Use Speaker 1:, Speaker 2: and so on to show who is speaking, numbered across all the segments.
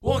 Speaker 1: 我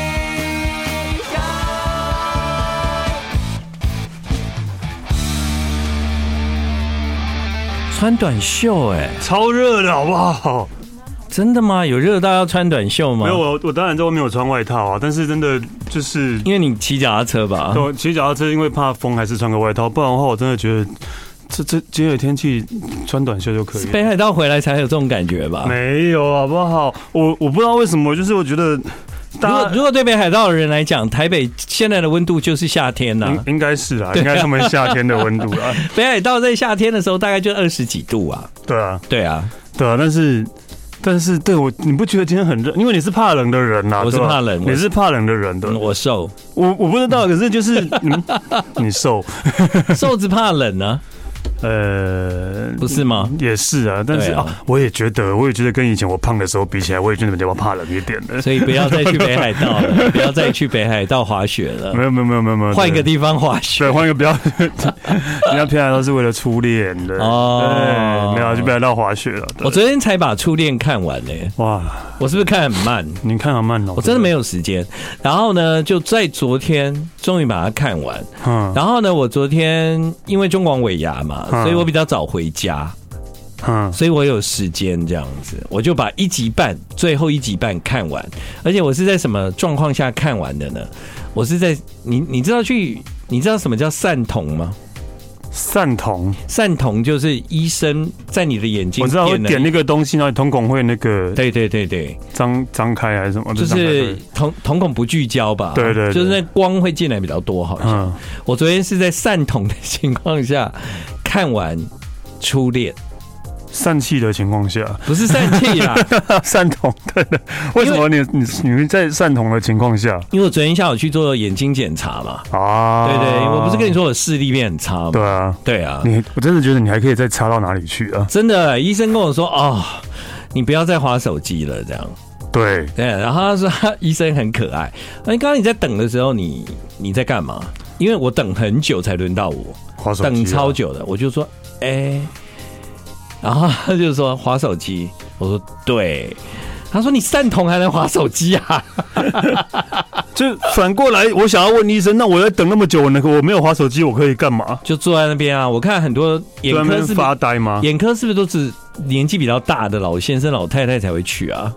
Speaker 2: 穿短袖哎、
Speaker 3: 超热的好不
Speaker 2: 啊
Speaker 3: 好？
Speaker 2: 真的吗？有热到要穿短袖吗？
Speaker 3: 没有，我我当然在外面有穿外套啊，但是真的就是，
Speaker 2: 因为你骑脚踏车吧。
Speaker 3: 我骑脚踏车因为怕风，还是穿个外套，不然的话我真的觉得这这今天的天气穿短袖就可以
Speaker 2: 是
Speaker 3: 了。
Speaker 2: 北海道回来才有这种感觉吧？
Speaker 3: 没有好不好？我我不知道为什么，就是我觉得
Speaker 2: 如
Speaker 3: 大
Speaker 2: 果
Speaker 3: 家
Speaker 2: 如果对北海道的人来讲，台北现在的温度就是夏天呐、
Speaker 3: 应应该是啊，应该是我们夏天的温度 啊。
Speaker 2: 北海道在夏天的时候大概就二十几度啊。
Speaker 3: 对啊，
Speaker 2: 对啊，
Speaker 3: 对啊，但是但是对我，你不觉得今天很热？因为你是怕冷的人呐、
Speaker 2: 我是
Speaker 3: 对吧
Speaker 2: 怕冷我
Speaker 3: 你是怕冷的人的。
Speaker 2: 嗯我瘦，
Speaker 3: 我我不 知道，可是就是、嗯、你瘦，
Speaker 2: 瘦子怕冷 呢、
Speaker 3: 呃，
Speaker 2: 不是吗？
Speaker 3: 也是啊，但是
Speaker 2: 对
Speaker 3: 啊
Speaker 2: 啊
Speaker 3: 我也觉得，我也觉得跟以前我胖的时候比起来，我也觉得比较怕冷一点 的。
Speaker 2: 所以不要再去北海道 了，不要再去北海道滑雪了
Speaker 3: 没，有没有没有没有没有，
Speaker 2: 啊换一个
Speaker 3: 对
Speaker 2: 地方滑雪
Speaker 3: 对，。换一个不 要，人家偏爱都是为了初恋的
Speaker 2: 哦
Speaker 3: 对，没有啊就不要到滑雪了。对
Speaker 2: 我昨天才把《初恋》看完呢、
Speaker 3: 哇，
Speaker 2: 我是不是看很慢？
Speaker 3: 你看好慢哦，
Speaker 2: 我真的没有时间。然后呢，就在昨天终于把它看完。
Speaker 3: 嗯，
Speaker 2: 然后呢，我昨天因为中广尾牙嘛，
Speaker 3: 嗯
Speaker 2: 所以我比较早回家，
Speaker 3: 嗯
Speaker 2: 所以我有时间这样子，我就把一集半最后一集半看完。而且我是在什么状况下看完的呢？我是在你你知道去你知道什么叫散瞳吗？
Speaker 3: 散瞳，
Speaker 2: 散瞳就是医生在你的眼睛
Speaker 3: 我知道会
Speaker 2: 电了
Speaker 3: 点那个东西，然后瞳孔会那个
Speaker 2: 对对对对，
Speaker 3: 张张开还是什么？
Speaker 2: 就
Speaker 3: 张开对
Speaker 2: 是瞳瞳孔不聚焦吧？
Speaker 3: 对对对
Speaker 2: 就是那光会进来比较多，好像。
Speaker 3: 嗯，
Speaker 2: 我昨天是在散瞳的情况下看完《初恋》，
Speaker 3: 散气的情况下，
Speaker 2: 不是散气啦，
Speaker 3: 散瞳，对的。为什么你你你会在散瞳的情况下
Speaker 2: 因为我昨天下午去做眼睛检查嘛。
Speaker 3: 啊？
Speaker 2: 对对，我不是跟你
Speaker 3: 说，
Speaker 2: 说我视力变很差吗？
Speaker 3: 对啊，
Speaker 2: 对啊，
Speaker 3: 你我真的觉得你还可以再差到哪里去啊？
Speaker 2: 真的，医生跟我说哦，你不要再划手机了，这样。
Speaker 3: 对，
Speaker 2: 对，然后他说他医生很可爱，哎，刚刚你在等的时候，你你在干嘛？因为我等很久才轮到我，
Speaker 3: 滑手机啊
Speaker 2: 等超久的，我就说，哎、然后 他就说划手机，我说对，他说你散瞳还能划手机啊？
Speaker 3: 就反过来，我想要问医生，那我要等那么久，我能我没有滑手机，我可以干嘛？
Speaker 2: 就坐在那边啊，我看很多眼
Speaker 3: 就在那
Speaker 2: 科
Speaker 3: 边
Speaker 2: 是不
Speaker 3: 发呆啊吗？
Speaker 2: 眼科是不是都是年纪比较大的老先生老太太才会去啊？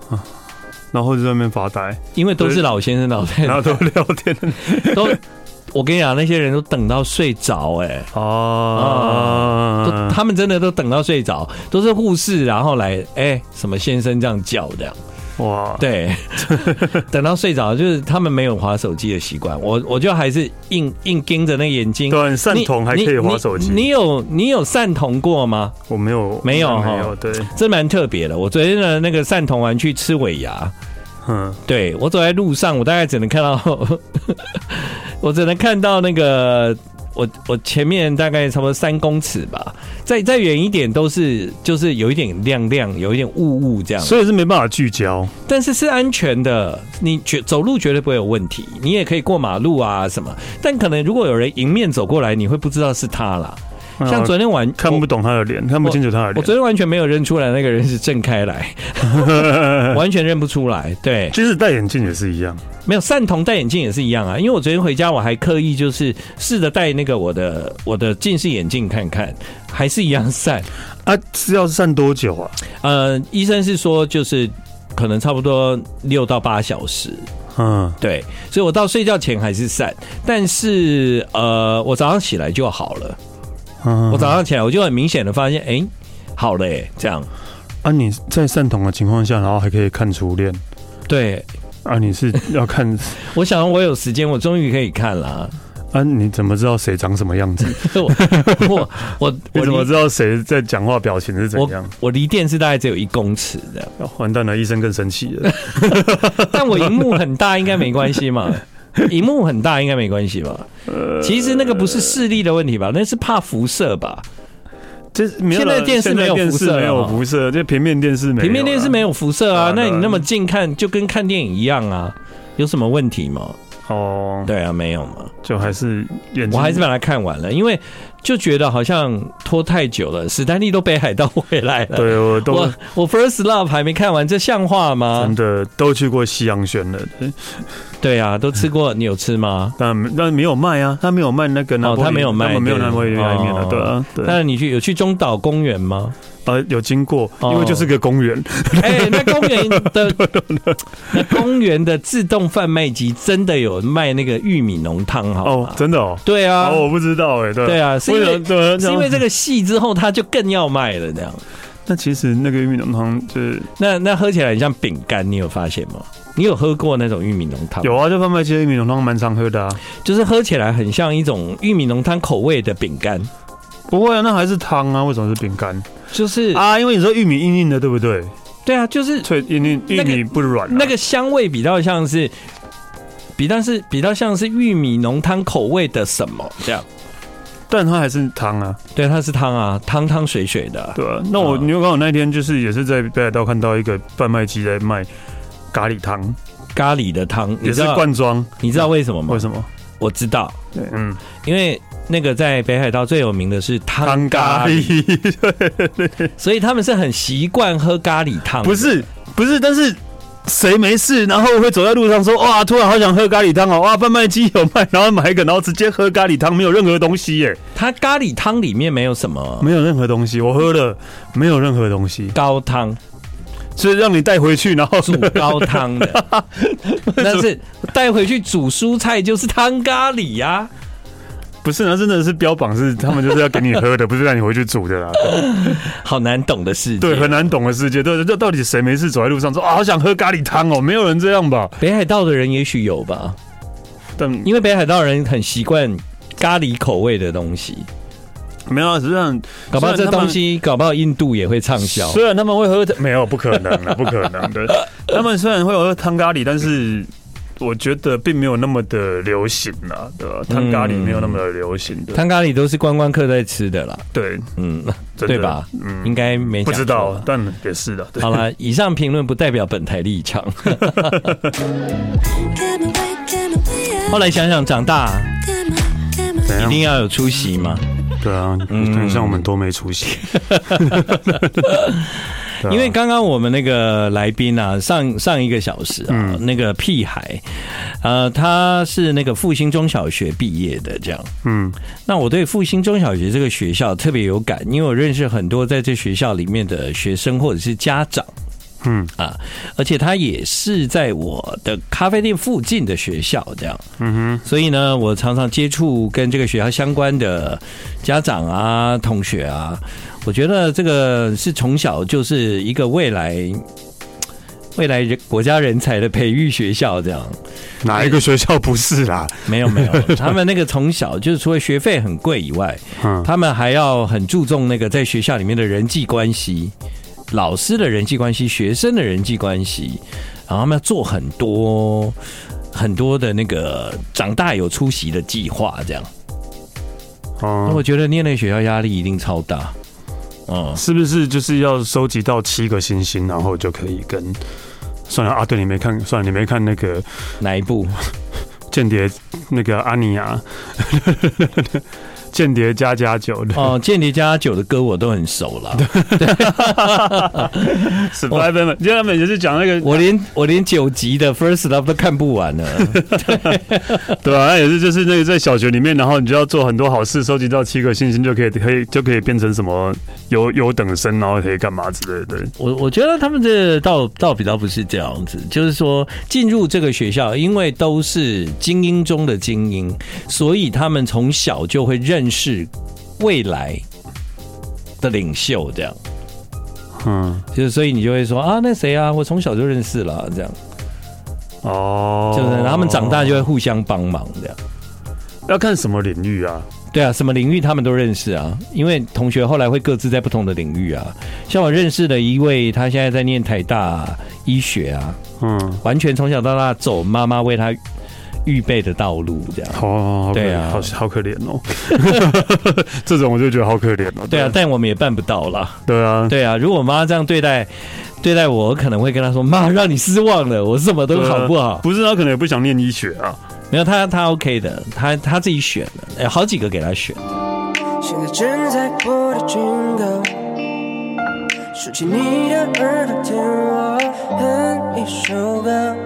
Speaker 3: 然后就在那边发呆，
Speaker 2: 因为都是老先生老太
Speaker 3: 然后
Speaker 2: 太
Speaker 3: 都聊 天
Speaker 2: 都，我跟你讲，那些人都等到睡着哎、都
Speaker 3: 啊。
Speaker 2: 他们真的都等到睡着，都是护士，然后来哎、什么先生这样叫这样，
Speaker 3: 哇，
Speaker 2: 对， 等到睡着就是他们没有划手机的习惯，我我就还是硬硬盯着那个眼睛。
Speaker 3: 对啊，你散瞳还可以滑手机，
Speaker 2: 你你你有你有散瞳过吗？
Speaker 3: 我没有
Speaker 2: 没有哦
Speaker 3: 没
Speaker 2: 哈
Speaker 3: 有对，
Speaker 2: 这蛮特别的。我昨天的那个散瞳完去吃尾牙，
Speaker 3: 嗯，
Speaker 2: 对我走在路上，我大概只能看到， 我只能看到那个我我前面大概差不多三公尺吧，再再远一点都是就是有一点亮亮，有一点雾雾这样，
Speaker 3: 所以是没办法聚焦。
Speaker 2: 但是是安全的，你绝走路绝对不会有问题，你也可以过马路啊什么，但可能如果有人迎面走过来，你会不知道是他啦。像
Speaker 3: 嗯
Speaker 2: 昨天晚
Speaker 3: 看不懂他的脸，看不清楚他的
Speaker 2: 我
Speaker 3: 脸。
Speaker 2: 昨天完全没有认出来那个人是郑开来，
Speaker 3: 嗯
Speaker 2: 完全认不出来。对，
Speaker 3: 其实戴眼镜也是一样，
Speaker 2: 没有散瞳戴眼镜也是一样啊，因为我昨天回家我还刻意就是试着戴那个我的我的近视眼镜看看，还是一样散。
Speaker 3: 啊，是要散多久啊？
Speaker 2: 呃，医生是说就是可能差不多六到八小时，
Speaker 3: 嗯，
Speaker 2: 对，所以我到睡觉前还是散，但是呃，我早上起来就好了。
Speaker 3: 嗯
Speaker 2: 我早上起来我就很明显的发现，哎、好了、耶，这样。
Speaker 3: 啊，你在散瞳的情况下，然后还可以看初恋
Speaker 2: 对，
Speaker 3: 啊？你是要看
Speaker 2: 我想我有时间，我终于可以看了啊。
Speaker 3: 啊？你怎么知道谁长什么样子？
Speaker 2: 我我我
Speaker 3: 你
Speaker 2: 我
Speaker 3: 怎么
Speaker 2: 离
Speaker 3: 知道谁在讲话表情是怎样哦
Speaker 2: 我？我离电视大概只有一公尺这 样。
Speaker 3: 啊完蛋了，医生更生气了。
Speaker 2: 但我荧幕很大，应该没关系嘛？荧幕很大应该没关系吧？其实那个不是视力的问题吧，那是怕辐射吧？
Speaker 3: 这没有
Speaker 2: 现在电视没有
Speaker 3: 电视
Speaker 2: 辐射了
Speaker 3: 没有
Speaker 2: 哦
Speaker 3: 辐射，这平面电视没有啦，
Speaker 2: 平面电视没有辐射啊
Speaker 3: 啊，
Speaker 2: 那你
Speaker 3: 当然
Speaker 2: 那么近看就跟看电影一样啊，有什么问题吗？
Speaker 3: 哦，
Speaker 2: 对啊，没有嘛，
Speaker 3: 就还是眼
Speaker 2: 我
Speaker 3: 睛，
Speaker 2: 还是把它看完了，因为就觉得好像拖太久了，史丹利都北海道回来了。
Speaker 3: 对我都
Speaker 2: 我啊我 First Love 还没看完，这像话吗
Speaker 3: 真？的都去过西洋轩了，对
Speaker 2: 对啊，都吃 过，你有吃吗？
Speaker 3: 但但没有卖啊，他没有卖那个拿
Speaker 2: 哦
Speaker 3: 破
Speaker 2: 他
Speaker 3: 仑
Speaker 2: 没有卖
Speaker 3: 他们没有
Speaker 2: 对
Speaker 3: 拿破仑意面
Speaker 2: 哦
Speaker 3: 啊，对啊，对，
Speaker 2: 那你去有去中岛公园吗？
Speaker 3: 呃有经过，
Speaker 2: 哦
Speaker 3: 因为就是个公园，
Speaker 2: 哎、那公园 的那公园的自动贩卖机真的有卖那个玉米浓汤，好
Speaker 3: 哦
Speaker 2: 吗，？
Speaker 3: 真的哦，
Speaker 2: 对啊，
Speaker 3: 哦我不知道哎，对
Speaker 2: 对啊是因为
Speaker 3: 什么对啊
Speaker 2: 是因为这个戏之后，它就更要卖了这样。
Speaker 3: 那其实那个玉米浓汤就是
Speaker 2: 那那喝起来很像饼干，你有发现吗？你有喝过那种玉米浓汤？
Speaker 3: 有，啊，就贩卖机的玉米浓汤蛮常喝的啊，
Speaker 2: 就是喝起来很像一种玉米浓汤口味的饼干，
Speaker 3: 不会啊，那还是汤啊，为什么是饼干
Speaker 2: 就是、
Speaker 3: 啊？因为你说玉米硬硬的，对不对？
Speaker 2: 对啊，就是
Speaker 3: 脆硬硬，玉
Speaker 2: 那个
Speaker 3: 米不软啊，
Speaker 2: 那个香味比较像是，比较是比较像是玉米浓汤口味的什么这样。
Speaker 3: 但它还是汤啊，
Speaker 2: 对，它是汤啊，汤汤水水的啊、
Speaker 3: 对啊。那我
Speaker 2: 嗯
Speaker 3: 你有刚好那一天就是也是在北海道看到一个贩卖机在卖咖喱汤，
Speaker 2: 咖喱的汤，你
Speaker 3: 也
Speaker 2: 知
Speaker 3: 是
Speaker 2: 道
Speaker 3: 罐装，
Speaker 2: 你知道为什么吗
Speaker 3: 为？什么？
Speaker 2: 我知道，
Speaker 3: 对，嗯，
Speaker 2: 因为那个在北海道最有名的是汤
Speaker 3: 汤
Speaker 2: 咖
Speaker 3: 咖
Speaker 2: 喱，
Speaker 3: 喱
Speaker 2: 所以他们是很习惯喝咖喱汤。
Speaker 3: 不是不是，但是。谁没事，然后会走在路上说：“哇，突然好想喝咖喱汤哦！哇，贩卖机有卖，然后买一个，然后直接喝咖喱汤，没有任何东西耶，
Speaker 2: 它咖喱汤里面没有什么
Speaker 3: 没有任何东西，我喝了，没有任何东西，
Speaker 2: 高汤、
Speaker 3: 是让你带回去，然后
Speaker 2: 煮高汤的，但是带回去煮蔬菜就是汤咖喱呀、
Speaker 3: 不是，那真的是标榜是他们就是要给你 喝的，不是让你回去煮的啦。
Speaker 2: 好难懂的事。
Speaker 3: 对，很难懂的世界。对，这到底谁没事走在路上说啊，好想喝咖喱汤哦？没有人这样吧？
Speaker 2: 北海道的人也许有吧，
Speaker 3: 但
Speaker 2: 因为北海道人很习惯咖喱口味的东西，
Speaker 3: 没有啊，实际上
Speaker 2: 搞不好
Speaker 3: 虽
Speaker 2: 这
Speaker 3: 然他们
Speaker 2: 东西，搞不好印度也会畅销。
Speaker 3: 虽然他们会喝，没有不可能啊的，不可能 的。他们虽然会喝汤咖喱，但是我觉得并没有那么的流行啊，对吧？汤咖喱没有那么的流行的，
Speaker 2: 汤咖喱都是观光客在吃的啦，
Speaker 3: 对，
Speaker 2: 嗯，
Speaker 3: 真的
Speaker 2: 对吧？
Speaker 3: 嗯，
Speaker 2: 应该没
Speaker 3: 不知
Speaker 2: 讲错
Speaker 3: 道
Speaker 2: 吧，
Speaker 3: 但也是的。对
Speaker 2: 好了，以上评论不代表本台立 场。
Speaker 4: Come away, come away,
Speaker 2: 后来想想，长大
Speaker 4: come on, come on.
Speaker 3: 怎
Speaker 2: 一
Speaker 3: 样
Speaker 2: 定要有出息嘛，
Speaker 3: 对啊，
Speaker 2: 嗯
Speaker 3: 嗯，像我们多没出息。对啊
Speaker 2: 因为刚刚我们那个来宾啊，上上一个小时啊，
Speaker 3: 嗯
Speaker 2: 那个屁孩，呃，他是那个复兴中小学毕业的，这样。
Speaker 3: 嗯，
Speaker 2: 那我对复兴中小学这个学校特别有感，因为我认识很多在这学校里面的学生或者是家长。
Speaker 3: 嗯
Speaker 2: 啊，而且他也是在我的咖啡店附近的学校，这样，嗯哼，所以呢，我常常接触跟这个学校相关的家长啊、同学啊，我觉得这个是从小就是一个未来未来人国家人才的培育学校，这样，
Speaker 3: 哪一个学校不是啦？
Speaker 2: 没有没有， 他们那个从小就是除了学费很贵以外，
Speaker 3: 嗯，
Speaker 2: 他们还要很注重那个在学校里面的人际关系，老师的人际关系，学生的人际关系，然后他们要做很多很多的那个长大有出息的计划，这样。那
Speaker 3: 哦
Speaker 2: 我觉得念那学校压力一定超大，嗯，
Speaker 3: 是不是就是要收集到七个星星，然后就可以跟？算了啊，对你没看，算了，你没看那个
Speaker 2: 哪一部？
Speaker 3: 间谍，那个阿尼亚， 间谍加加九 的
Speaker 2: 哦，《间谍家酒》的歌我都很熟了，
Speaker 3: Survivor，们，你看他们也是讲那个，
Speaker 2: 我连我连九集的《First Love》都看不完了。
Speaker 3: 对啊，那也是就是那个在小学里面，然后你就要做很多好事，收集到七个星星就可以，可以就可以变成什么优优等生，然后可以干嘛之类的。
Speaker 2: 我我觉得他们这倒倒比较不是这样子，就是说进入这个学校，因为都是精英中的精英，所以他们从小就会认识未来的领袖，这样，
Speaker 3: 嗯，
Speaker 2: 就是所以你就会说啊，那谁啊，我从小就认识了，啊这样，
Speaker 3: 哦，
Speaker 2: 就是然后他们长大就会互相帮忙，这样。
Speaker 3: 要看什么领域啊？
Speaker 2: 对啊，什么领域他们都认识啊，因为同学后来会各自在不同的领域啊。像我认识的一位，他现在在念台大医学啊，
Speaker 3: 嗯，
Speaker 2: 完全从小到大走妈妈为他预备的道路这样。
Speaker 3: 哦，好可
Speaker 2: 对
Speaker 3: 怜，
Speaker 2: 啊
Speaker 3: 好好可怜哦。 这种我就觉得好可怜哦。
Speaker 2: 对啊，，但我们也办不到啦。
Speaker 3: 对啊，
Speaker 2: 对啊，如果我妈这样对待对待我，我可能会跟她说：“妈，让你失望了，我什么都
Speaker 3: 对啊
Speaker 2: 考不好。
Speaker 3: 不是他可能也不想念医学啊。
Speaker 2: 没有，她她 OK 的，她她自己选的，哎好几个给她选。
Speaker 1: 现在正在播的军歌，竖起你的耳朵，听我哼一首歌。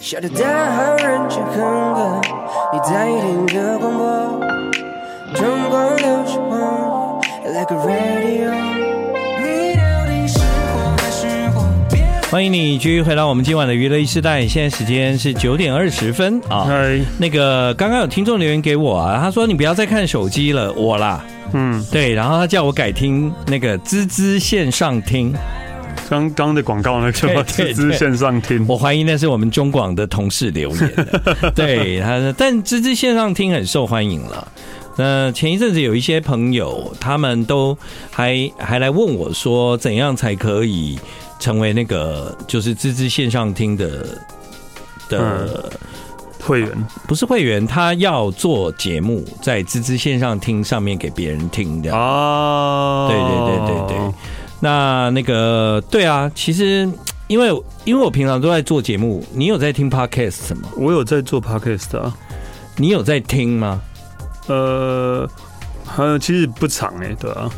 Speaker 1: 笑得大好人却很渴，你在听着广播，灯光都是黄叶，like a radio。你到底是火还是火？别
Speaker 2: 欢迎你继续回到我们今晚的娱乐一时代，现在时间是九点二十分啊。
Speaker 3: 嗨，
Speaker 2: 那个刚刚有听众留言给我啊，他说你不要再看手机了，我啦。
Speaker 3: 嗯，
Speaker 2: 对，然后他叫我改听那个滋滋线上听，
Speaker 3: 刚刚的广告那个什
Speaker 2: 对对
Speaker 3: 么，
Speaker 2: 哦
Speaker 3: 这支线上听，
Speaker 2: 我怀疑那是我们中广的同事留言的。对，他说，但滋滋线上听很受欢迎了。那前一阵子有一些朋友，他们都还还来问我说，怎样才可以成为那个就是滋滋线上听的的、
Speaker 3: 会员
Speaker 2: 不是会员，他要做节目在滋滋线上听上面给别人听的。
Speaker 3: 啊，
Speaker 2: 对对对对对。那那个对啊，其实因为因为我平常都在做节目，你有在听 podcast 吗？
Speaker 3: 我有在做 podcast 啊，
Speaker 2: 你有在听吗？
Speaker 3: 呃，呃，其实不长哎、对啊，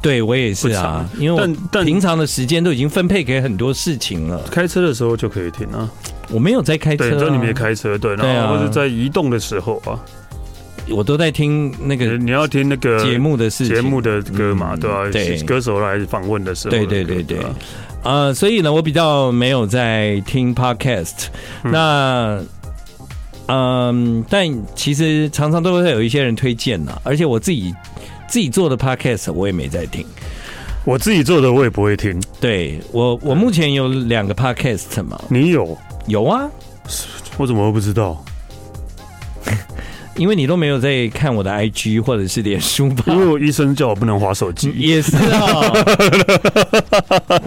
Speaker 2: 对我也是啊，因为
Speaker 3: 但
Speaker 2: 我
Speaker 3: 但
Speaker 2: 平常的时间都已经分配给很多事情了。
Speaker 3: 开车的时候就可以听啊，
Speaker 2: 我没有在开
Speaker 3: 对，
Speaker 2: 车、
Speaker 3: 就
Speaker 2: 啊，
Speaker 3: 你没，开车，对，
Speaker 2: 对
Speaker 3: 然
Speaker 2: 啊
Speaker 3: 后或者在移动的时候啊，
Speaker 2: 我都在听那
Speaker 3: 你
Speaker 2: 个
Speaker 3: 你要听那个
Speaker 2: 节目的事情。
Speaker 3: 呃节目的歌嘛，
Speaker 2: 嗯
Speaker 3: 对啊，
Speaker 2: 对
Speaker 3: 歌手来访问的时候的
Speaker 2: 对
Speaker 3: 歌，
Speaker 2: 对对对
Speaker 3: 啊，
Speaker 2: 呃，所以呢，我比较没有在听 podcast、
Speaker 3: 嗯
Speaker 2: 那。嗯，但其实常常都会有一些人推荐呐、而且我自己自己做的 podcast 我也没在听。
Speaker 3: 我自己做的我也不会听，
Speaker 2: 对我，我目前有两个 podcast 嘛，
Speaker 3: 你有，
Speaker 2: 有啊，
Speaker 3: 我怎么会不知道？
Speaker 2: 因为你都没有在看我的 IG 或者是脸书吧？
Speaker 3: 因为我医生叫我不能划手机，
Speaker 2: 也是哦，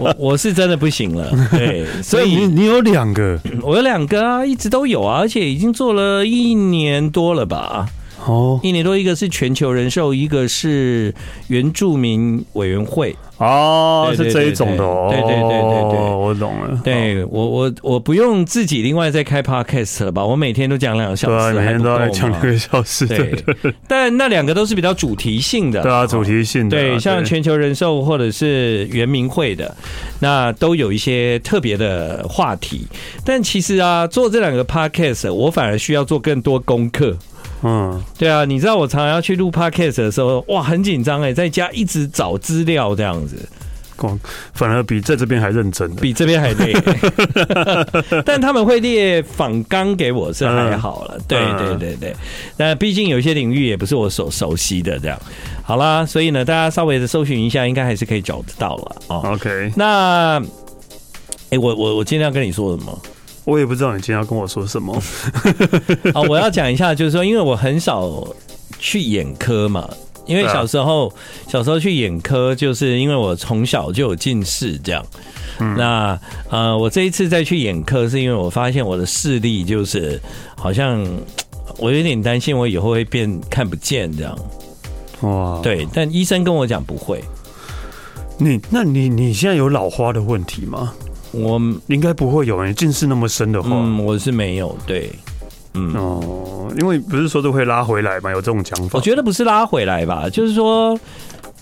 Speaker 2: 我我是真的不行了， 对，所
Speaker 3: 你
Speaker 2: 以嗯
Speaker 3: 你有两个
Speaker 2: 我有两个啊，一直都有啊，而且已经做了一年多了吧，
Speaker 3: 哦
Speaker 2: 一年多，一个是全球人寿，一个是原住民委员会。
Speaker 3: 哦，
Speaker 2: 对对
Speaker 3: 是这一种的哦，
Speaker 2: 对对对对对对
Speaker 3: 哦我懂了，哦。
Speaker 2: 对我，我我不用自己另外再开 podcast 了吧？我每天都讲两个小
Speaker 3: 对啊，
Speaker 2: 时，
Speaker 3: 每
Speaker 2: 还
Speaker 3: 天
Speaker 2: 不
Speaker 3: 都
Speaker 2: 够
Speaker 3: 要讲
Speaker 2: 吗
Speaker 3: 两个小时，对
Speaker 2: 对，但那两个都是比较主题性的，
Speaker 3: 对啊，主题性的啊，
Speaker 2: 对，像全球人寿或者是圆明会的，那都有一些特别的话题。但其实啊，做这两个 podcast，我反而需要做更多功课。
Speaker 3: 嗯，
Speaker 2: 对啊，你知道我常常要去录 podcast 的时候，哇，很紧张哎，在家一直找资料这样子，
Speaker 3: 光反而比在这边还认真的，
Speaker 2: 比这边还累、欸但他们会列访纲给我是还好了，对
Speaker 3: 嗯
Speaker 2: 对对对。那毕竟有些领域也不是我所熟悉的这样。好啦，所以呢，大家稍微的搜寻一下，应该还是可以找得到了哦。
Speaker 3: OK，
Speaker 2: 那，哎、我我我今天要跟你说什么
Speaker 3: 我也不知道你今天要跟我说什么。
Speaker 2: 啊？我要讲一下，就是说，因为我很少去眼科嘛，因为
Speaker 3: 对啊
Speaker 2: 小时候、小时候去眼科，就是因为我从小就有近视这样。
Speaker 3: 嗯
Speaker 2: 那呃，我这一次再去眼科，是因为我发现我的视力就是好像。我有点担心，我以后会变看不见这样。
Speaker 3: 哇，，
Speaker 2: 对，但医生跟我讲不会，
Speaker 3: 你那你你现在有老花的问题吗？
Speaker 2: 我
Speaker 3: 应该不会有，你近视那么深的话，
Speaker 2: 嗯我是没有。对，嗯
Speaker 3: 哦，因为不是说都会拉回来吗？有这种讲法，
Speaker 2: 我觉得不是拉回来吧，就是说，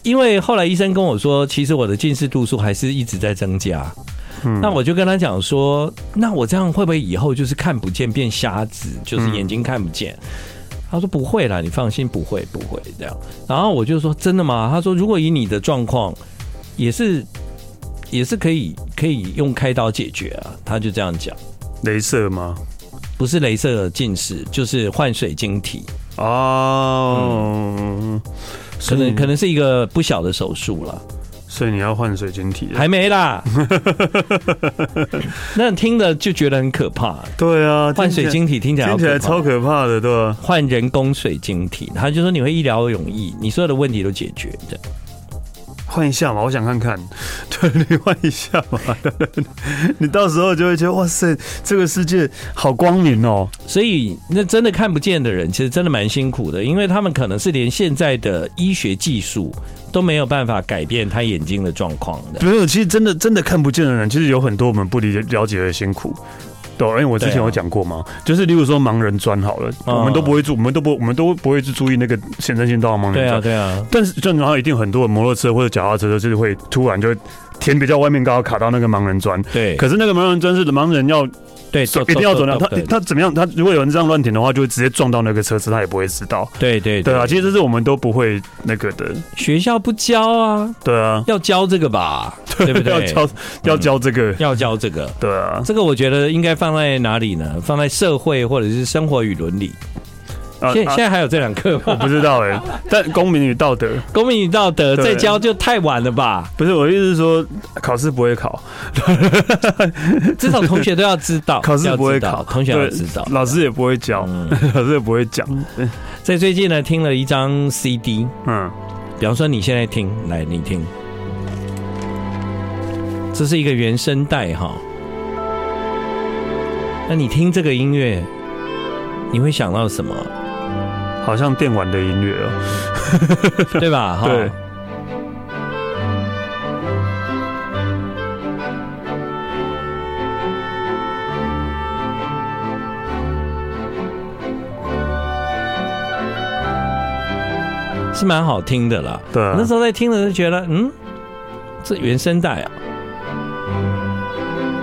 Speaker 2: 因为后来医生跟我说，其实我的近视度数还是一直在增加。那我就跟他讲说，那我这样会不会以后就是看不见变瞎子，就是眼睛看不见？他说不会啦，你放心，不会不会这样。然后我就说真的吗？他说如果以你的状况，也是也是可以可以用开刀解决啊。他就这样讲，
Speaker 3: 得镭射吗？
Speaker 2: 不是镭射近视，就是换水晶体。
Speaker 3: 哦，
Speaker 2: 可
Speaker 3: 所以
Speaker 2: 能嗯可能是一个不小的手术了，
Speaker 3: 所以你要换水晶体，
Speaker 2: 还没 啦。那听了就觉得很可怕，
Speaker 3: 对啊，
Speaker 2: 换水晶
Speaker 3: 体
Speaker 2: 体听起来好
Speaker 3: 听起
Speaker 2: 可
Speaker 3: 来
Speaker 2: 怕
Speaker 3: 超可怕的，对吧？
Speaker 2: 换人工水晶体，他就说你会一劳永逸，你所有的问题都解决的。
Speaker 3: 换一下嘛，我想看看， 对你换一下嘛， 你到时候就会觉得哇塞，这个世界好光明哦。
Speaker 2: 所以那真的看不见的人，其实真的蛮辛苦的，因为他们可能是连现在的医学技术都没有办法改变他眼睛的状况的。
Speaker 3: 没有，其实真的真的看不见的人，其实有很多我们不理解了解的辛苦。对，啊因为我之前
Speaker 2: 对啊
Speaker 3: 有讲过嘛，就是例如说盲人砖好了，
Speaker 2: 嗯
Speaker 3: 我们都不会注，我们都不，我们都不会去注意那个显身线道盲人
Speaker 2: 对
Speaker 3: 砖。
Speaker 2: 啊，对啊，
Speaker 3: 但是正常一定很多摩托车或者脚踏车就是会突然就填比较外面刚好卡到那个盲人砖。
Speaker 2: 对，
Speaker 3: 可是那个盲人砖是盲人要
Speaker 2: 对，
Speaker 3: 走一定要走掉，他他怎么样？他如果有人这样乱填的话，就会直接撞到那个车子，他也不会知道。
Speaker 2: 对对
Speaker 3: 对啊，其实这是我们都不会那个的。
Speaker 2: 学校不教啊，
Speaker 3: 对啊，
Speaker 2: 要教这个吧， 对不对？嗯
Speaker 3: 要教要教这个。
Speaker 2: 要教这个，
Speaker 3: 对啊，
Speaker 2: 这个我觉得应该放在哪里呢？放在社会或者是生活与伦理。
Speaker 3: 啊
Speaker 2: 现
Speaker 3: 啊
Speaker 2: 现在还有这两课
Speaker 3: 我
Speaker 2: 吗？
Speaker 3: 不知道哎、但公民与道德
Speaker 2: 公民与道德
Speaker 3: 对
Speaker 2: 再教就太晚了吧？
Speaker 3: 不是我的意思是说，考试不会考，
Speaker 2: 至少同学都要知道，
Speaker 3: 考试
Speaker 2: 要
Speaker 3: 不会
Speaker 2: 知道
Speaker 3: 考，
Speaker 2: 同学要
Speaker 3: 对
Speaker 2: 知道。嗯
Speaker 3: 老师也不会教， 老师也不会讲，
Speaker 2: 在最近呢，听了一张 CD，
Speaker 3: 嗯，
Speaker 2: 比方说你现在听，来你听，这是一个原声带哈。那你听这个音乐，你会想到 什么？
Speaker 3: 好像电玩的音乐哦、
Speaker 2: 对吧？哈
Speaker 3: 对。
Speaker 2: 是蛮好听的啦。
Speaker 3: 对啊
Speaker 2: 那时候在听的时候觉得，嗯，这原声带啊，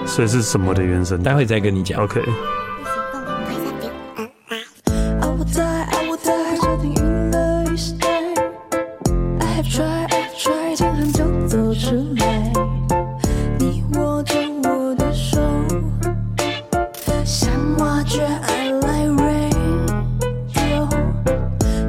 Speaker 3: 所以是什么的原声
Speaker 2: 待会再跟你讲。
Speaker 3: ？OK，
Speaker 5: I will die, I will die，注定云的雨时代。I have tried, I have tried，竟很久走出来。你握着我的手，像挖掘爱来 radio。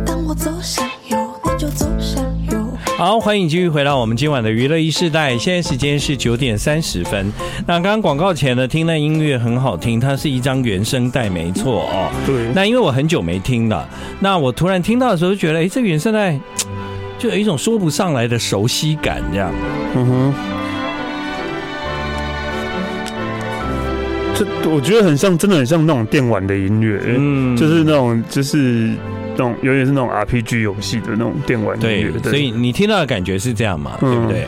Speaker 5: 当我走向右，你就走向右。
Speaker 2: 好，欢迎继续回到我们今晚的娱乐一世代，现在时间是九点三十分。那刚刚广告前呢，听那音乐很好听，它是一张原声带，没错哦。
Speaker 3: 对
Speaker 2: 那因为我很久没听了，那我突然听到的时候就觉得，哎，这原声带就有一种说不上来的熟悉感，这样。
Speaker 3: 这我觉得很像，真的很像那种电玩的音乐、
Speaker 2: 嗯
Speaker 3: 就是那种就是那种有点是那种 RPG 游戏的那种电玩音
Speaker 2: 对
Speaker 3: 乐，，
Speaker 2: 所以你听到的感觉是这样嘛，对不对？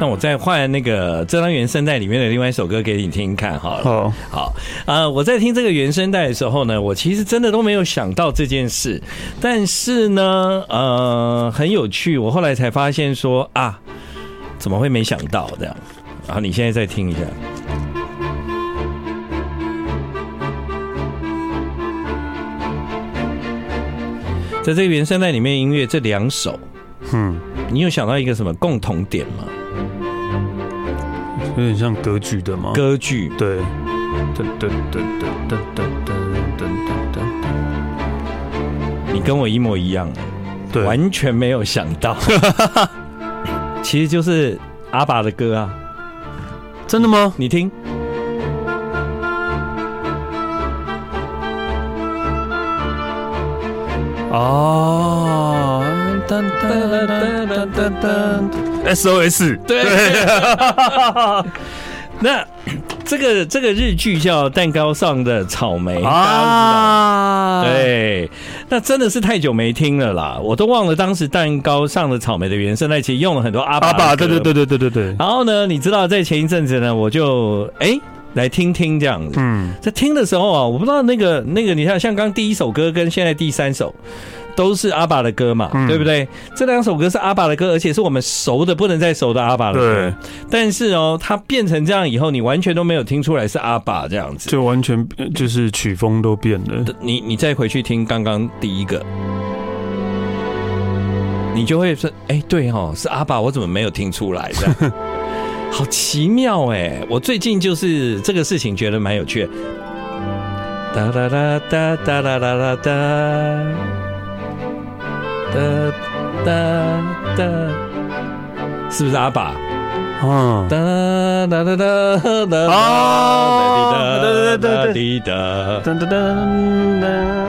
Speaker 2: 那我再换那个这张原声带里面的另外一首歌给你听听看好了。
Speaker 3: 好，
Speaker 2: 好，呃，我在听这个原声带的时候呢，我其实真的都没有想到这件事，但是呢，呃，很有趣，我后来才发现说啊，怎么会没想到这样？然后你现在再听一下，在这个原声带里面音乐这两首，
Speaker 3: 嗯，
Speaker 2: 你有想到一个什么共同点吗？
Speaker 3: 有点像歌剧的吗？
Speaker 2: 歌剧，
Speaker 3: 对，噔噔噔噔噔噔噔噔噔噔，
Speaker 2: 你跟我一模一样。
Speaker 3: 对，
Speaker 2: 完全没有想 到，其实就是阿爸的歌啊，
Speaker 3: 真的吗？
Speaker 2: 你听，
Speaker 3: 哦，噔噔噔噔噔噔，SOS，
Speaker 2: 对， 那这个这个日剧叫《蛋糕上的草莓》啊。
Speaker 3: 啊，，
Speaker 2: 对，那真的是太久没听了啦，我都忘了当时蛋糕上的草莓的原声带其实用了很多阿爸的歌
Speaker 3: 爸爸，对对对对对对对，
Speaker 2: 然后呢，你知道在前一阵子呢，我就哎、来听听这样子。
Speaker 3: 嗯，
Speaker 2: 在听的时候啊，我不知道那个那个，你看像刚第一首歌跟现在第三首都是阿爸的歌嘛，
Speaker 3: 嗯
Speaker 2: 对不对？这两首歌是阿爸的歌，而且是我们熟的不能再熟的阿爸的歌
Speaker 3: 对。
Speaker 2: 但是哦，它变成这样以后，你完全都没有听出来是阿爸这样子。
Speaker 3: 就完全呃就是曲风都变了，
Speaker 2: 你你再回去听刚刚第一个。你就会说，哎、对哦，是阿爸，我怎么没有听出来的？ 好奇妙哎、我最近就是这个事情觉得蛮有趣的。哒哒哒哒哒哒哒哒哒，哒哒哒，是不是阿爸？
Speaker 3: 嗯，
Speaker 2: 哒哒哒哒哒哒，
Speaker 3: 哦
Speaker 2: 哒滴哒
Speaker 3: 对对对对
Speaker 2: 哒滴哒。
Speaker 3: 噔噔噔噔。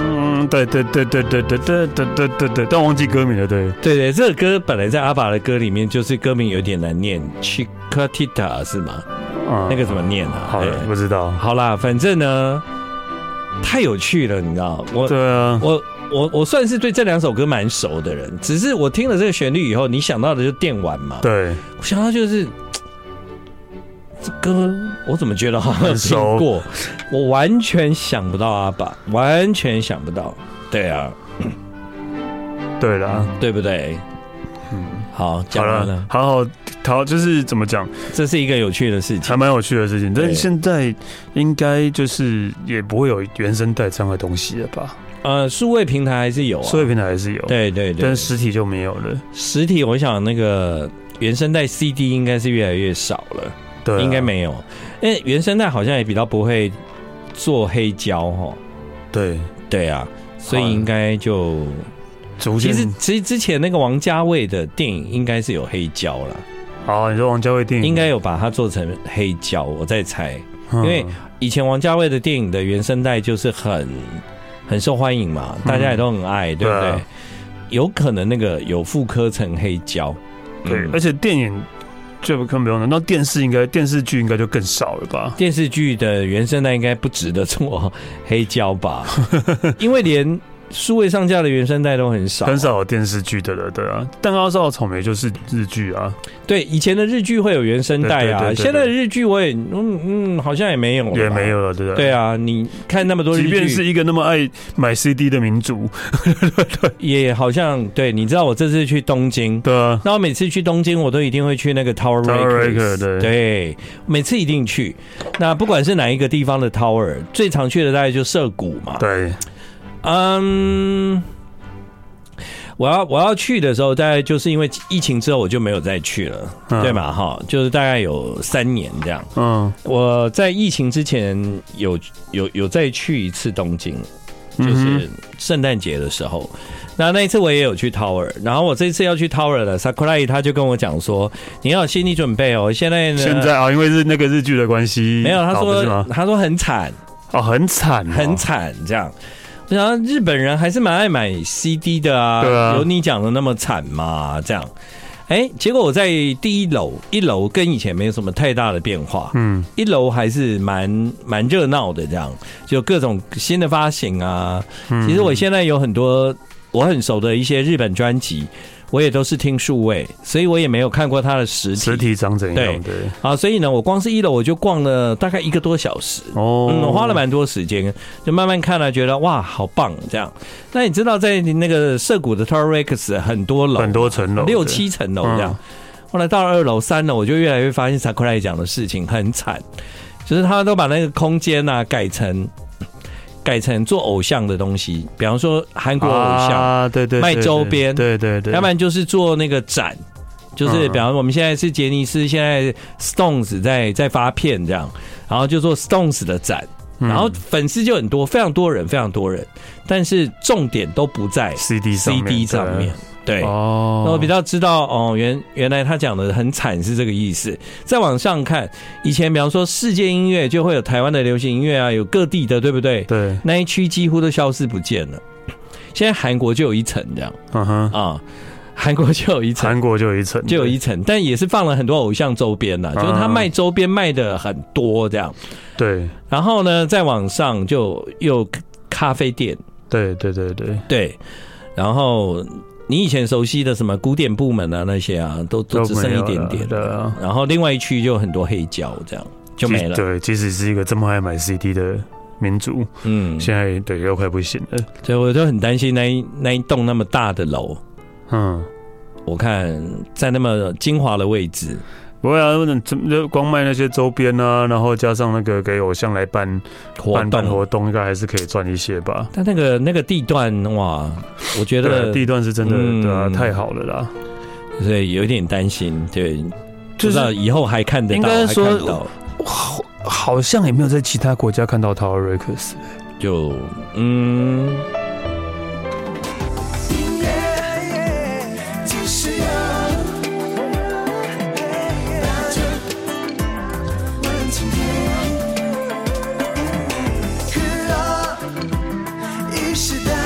Speaker 3: 嗯，对对对对对对对对对对对，但忘记歌名了，对。
Speaker 2: 对对，这个歌本来在阿爸的歌里面，就是歌名有点难念，Chikatita 是吗？
Speaker 3: 嗯
Speaker 2: 那个怎么念啊？
Speaker 3: 好了，
Speaker 2: 哎
Speaker 3: 不知道。
Speaker 2: 好啦，反正呢，太有趣了，你知道我
Speaker 3: 对啊，
Speaker 2: 我我我算是对这两首歌蛮熟的人，只是我听了这个旋律以后，你想到的就电玩嘛，
Speaker 3: 对，
Speaker 2: 我想到就是嘖这歌，我怎么觉得好像有听
Speaker 3: 熟
Speaker 2: 过？我完全想不到阿爸，完全想不到，对啊，
Speaker 3: 对啦，
Speaker 2: 对不对？
Speaker 3: 嗯，
Speaker 2: 好，
Speaker 3: 好
Speaker 2: 讲完
Speaker 3: 了
Speaker 2: 了，，
Speaker 3: 好好好，就是怎么讲，
Speaker 2: 这是一个有趣的事情
Speaker 3: 还。蛮有趣的事情。但
Speaker 2: 对
Speaker 3: 是现在应该就是也不会有原声带这样的东西了吧？
Speaker 2: 呃，数位平台还是有啊，
Speaker 3: 所有平台还是有，
Speaker 2: 对对对
Speaker 3: 但，实体就没有了。
Speaker 2: 实体我想那个原声带 CD 应该是越来越少了，
Speaker 3: 对啊，
Speaker 2: 应该没有，因为原声带好像也比较不会做黑胶哈，
Speaker 3: 对。
Speaker 2: 对啊，所以
Speaker 3: 好啊
Speaker 2: 应该就
Speaker 3: 逐
Speaker 2: 其
Speaker 3: 渐
Speaker 2: 实其实之前那个王家卫的电影应该是有黑胶了，
Speaker 3: 好，你说王家卫电影
Speaker 2: 应该有把它做成黑胶，我在猜，
Speaker 3: 嗯
Speaker 2: 因为以前王家卫的电影的原声带就是很很受欢迎嘛，大家也都很爱，对不
Speaker 3: 嗯对
Speaker 2: 对？
Speaker 3: 啊
Speaker 2: 有可能那个有复刻成黑胶，
Speaker 3: 对，
Speaker 2: 嗯
Speaker 3: 而且电影就更不用了，那电视应该电视剧应该就更少了吧？
Speaker 2: 电视剧的原声带应该不值得做黑胶 吧，因为连数位上架的原声带都很少，啊
Speaker 3: 很。少有电视剧的了，对啊。蛋糕烧的草莓就是日剧啊，
Speaker 2: 对，以前的日剧会有原声带啊，
Speaker 3: 对对对对对
Speaker 2: 现在的日剧我也嗯嗯，好像也没有，
Speaker 3: 也没。有了，对不
Speaker 2: 对啊，你看那么多日
Speaker 3: 即
Speaker 2: 剧，
Speaker 3: 便是一个那么爱买 CD 的民族，
Speaker 2: 也好像对，你知道我这次去东京，
Speaker 3: 对啊，
Speaker 2: 那我每次去东京，我都一定会去那个 Tower
Speaker 3: Tower
Speaker 2: Records，
Speaker 3: Records，对
Speaker 2: 对，每次一定去。那不管是哪一个地方的 Tower，最常去的大概就涩谷嘛，
Speaker 3: 对，
Speaker 2: 嗯，我要我要去的时候，大概就是因为疫情之后，我就没有再去了，
Speaker 3: 嗯
Speaker 2: 对嘛？哈，就是大概有三年这样。
Speaker 3: 嗯，
Speaker 2: 我在疫情之前有有有再去一次东京，就
Speaker 3: 嗯
Speaker 2: 是圣诞节的时候。那那一次我也有去 Tower，然后我这次要去 Tower 了，Sakurai 他就跟我讲说，你要有心理准备哦，现在呢。
Speaker 3: 现在啊，因为是那个日剧的关系，
Speaker 2: 没有，他
Speaker 3: 哦不是
Speaker 2: 说
Speaker 3: 吗？
Speaker 2: 他说很惨，
Speaker 3: 哦，很惨哦，
Speaker 2: 很惨这样。我想日本人还是蛮爱买 CD 的啊，
Speaker 3: 对啊
Speaker 2: 有你讲的那么惨吗？这样，哎、结果我在第一楼，一楼跟以前没有什么太大的变化，
Speaker 3: 嗯，
Speaker 2: 一楼还是蛮蛮热闹的，这样就各种新的发行啊。
Speaker 3: 嗯
Speaker 2: 其实我现在有很多我很熟的一些日本专辑，我也都是听数位，所以我也没有看过它的实体。
Speaker 3: 实体长怎样？对，
Speaker 2: 啊，所以呢，我光是一楼我就逛了大概一个多小时，
Speaker 3: 哦，
Speaker 2: 嗯，我花了蛮多时间，就慢慢看了，觉得哇，好棒这样。那你知道，在那个涩谷的 Tower Rex 很多楼，
Speaker 3: 很多层楼，
Speaker 2: 六
Speaker 3: 对，嗯
Speaker 2: 七层楼这样。后来到了二楼、三楼，我就越来越发现 Sakurai 讲的事情很惨，就是他都把那个空间呐、啊、改成改成做偶像的东西，比方说韩国偶像，
Speaker 3: 啊，对对，对
Speaker 2: 卖周边
Speaker 3: 对对对，
Speaker 2: 要不然就是做那个展，就是
Speaker 3: 嗯
Speaker 2: 比方我们现在是杰尼斯，现在 Stones 在在发片这样，然后就做 Stones 的展，
Speaker 3: 嗯
Speaker 2: 然后粉丝就很多，非常多人，非常多人，但是重点都不在
Speaker 3: CD 上面
Speaker 2: CD 上面，，对
Speaker 3: 对。哦，
Speaker 2: 那我比较知道哦，原原来他讲的很惨是这个意思。再往上看，以前比方说世界音乐就会有台湾的流行音乐啊，有各地的，对不对？
Speaker 3: 对，
Speaker 2: 那一区几乎都消失不见了。现在韩国就有一层这样，
Speaker 3: 嗯哼，
Speaker 2: 啊，韩国就有一层，
Speaker 3: 韩国就有一层，
Speaker 2: 就有一层，但也是放了很多偶像周边啦，就
Speaker 3: 啊
Speaker 2: 是他卖周边卖的很多这样。
Speaker 3: 对
Speaker 2: 然后呢，再往上就又咖啡店，
Speaker 3: 对对对对，
Speaker 2: 对，然后你以前熟悉的什么古典部门啊那些啊，都都只剩一点点。
Speaker 3: 对啊，
Speaker 2: 然后另外一区就很多黑胶，这样就没了。
Speaker 3: 对，即使是一个这么爱买 CD 的民族，
Speaker 2: 嗯，
Speaker 3: 现在对又快不行了。
Speaker 2: 所以我就很担心那一那一栋那么大的楼，
Speaker 3: 嗯，
Speaker 2: 我看在那么精华的位置，
Speaker 3: 不会啊，怎么就光卖那些周边啊，然后加上那个给偶像来办
Speaker 2: 活
Speaker 3: 办办
Speaker 2: 动
Speaker 3: 活动，应该还是可以赚一些吧。
Speaker 2: 但那个那个地段哇，我觉
Speaker 3: 对啊，
Speaker 2: 得
Speaker 3: 第一段是真的，
Speaker 2: 嗯
Speaker 3: 对啊，太好了啦。
Speaker 2: 所以有点担心，对，不知道以后还看得到，
Speaker 3: 应该说
Speaker 2: 还看得到
Speaker 3: 好，好像也没有在其他国家看到 Tower Records。
Speaker 2: 就嗯，
Speaker 1: 音乐即是有，那就问今天，娱乐一时代。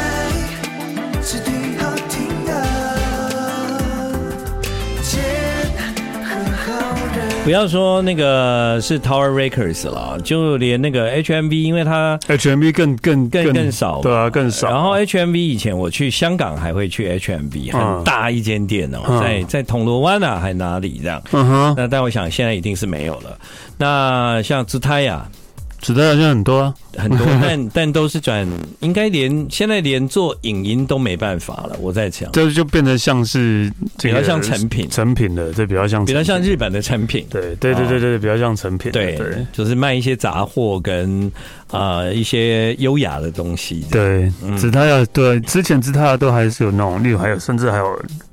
Speaker 2: 不要说那个是 Tower Records 了，就连那个 HMV，因为它
Speaker 3: HMV 更更
Speaker 2: 更更少
Speaker 3: 对啊，更少。
Speaker 2: 然后 HMV 以前我去香港还会去 HMV，很大一间店哦，
Speaker 3: 嗯
Speaker 2: 在在铜锣湾啊，还哪里这样。
Speaker 3: 嗯哼，
Speaker 2: 那但我想现在一定是没有了。那像姿态啊呀，
Speaker 3: 子弹好像很多啊。
Speaker 2: 很 多，但但都是转，应该连现在连做影音都没办法了。我在想，
Speaker 3: 这就变得像是这个
Speaker 2: 比较像成品
Speaker 3: 成品的，对，比较像
Speaker 2: 比较像
Speaker 3: 成品
Speaker 2: 日本的产品，
Speaker 3: 对对对对对，比较像成品的，
Speaker 2: 对，
Speaker 3: 对
Speaker 2: 就是卖一些杂货跟呃一些优雅的东西。，嗯
Speaker 3: 对，吉他要对之前吉他都还是有那种，例如还有甚至还有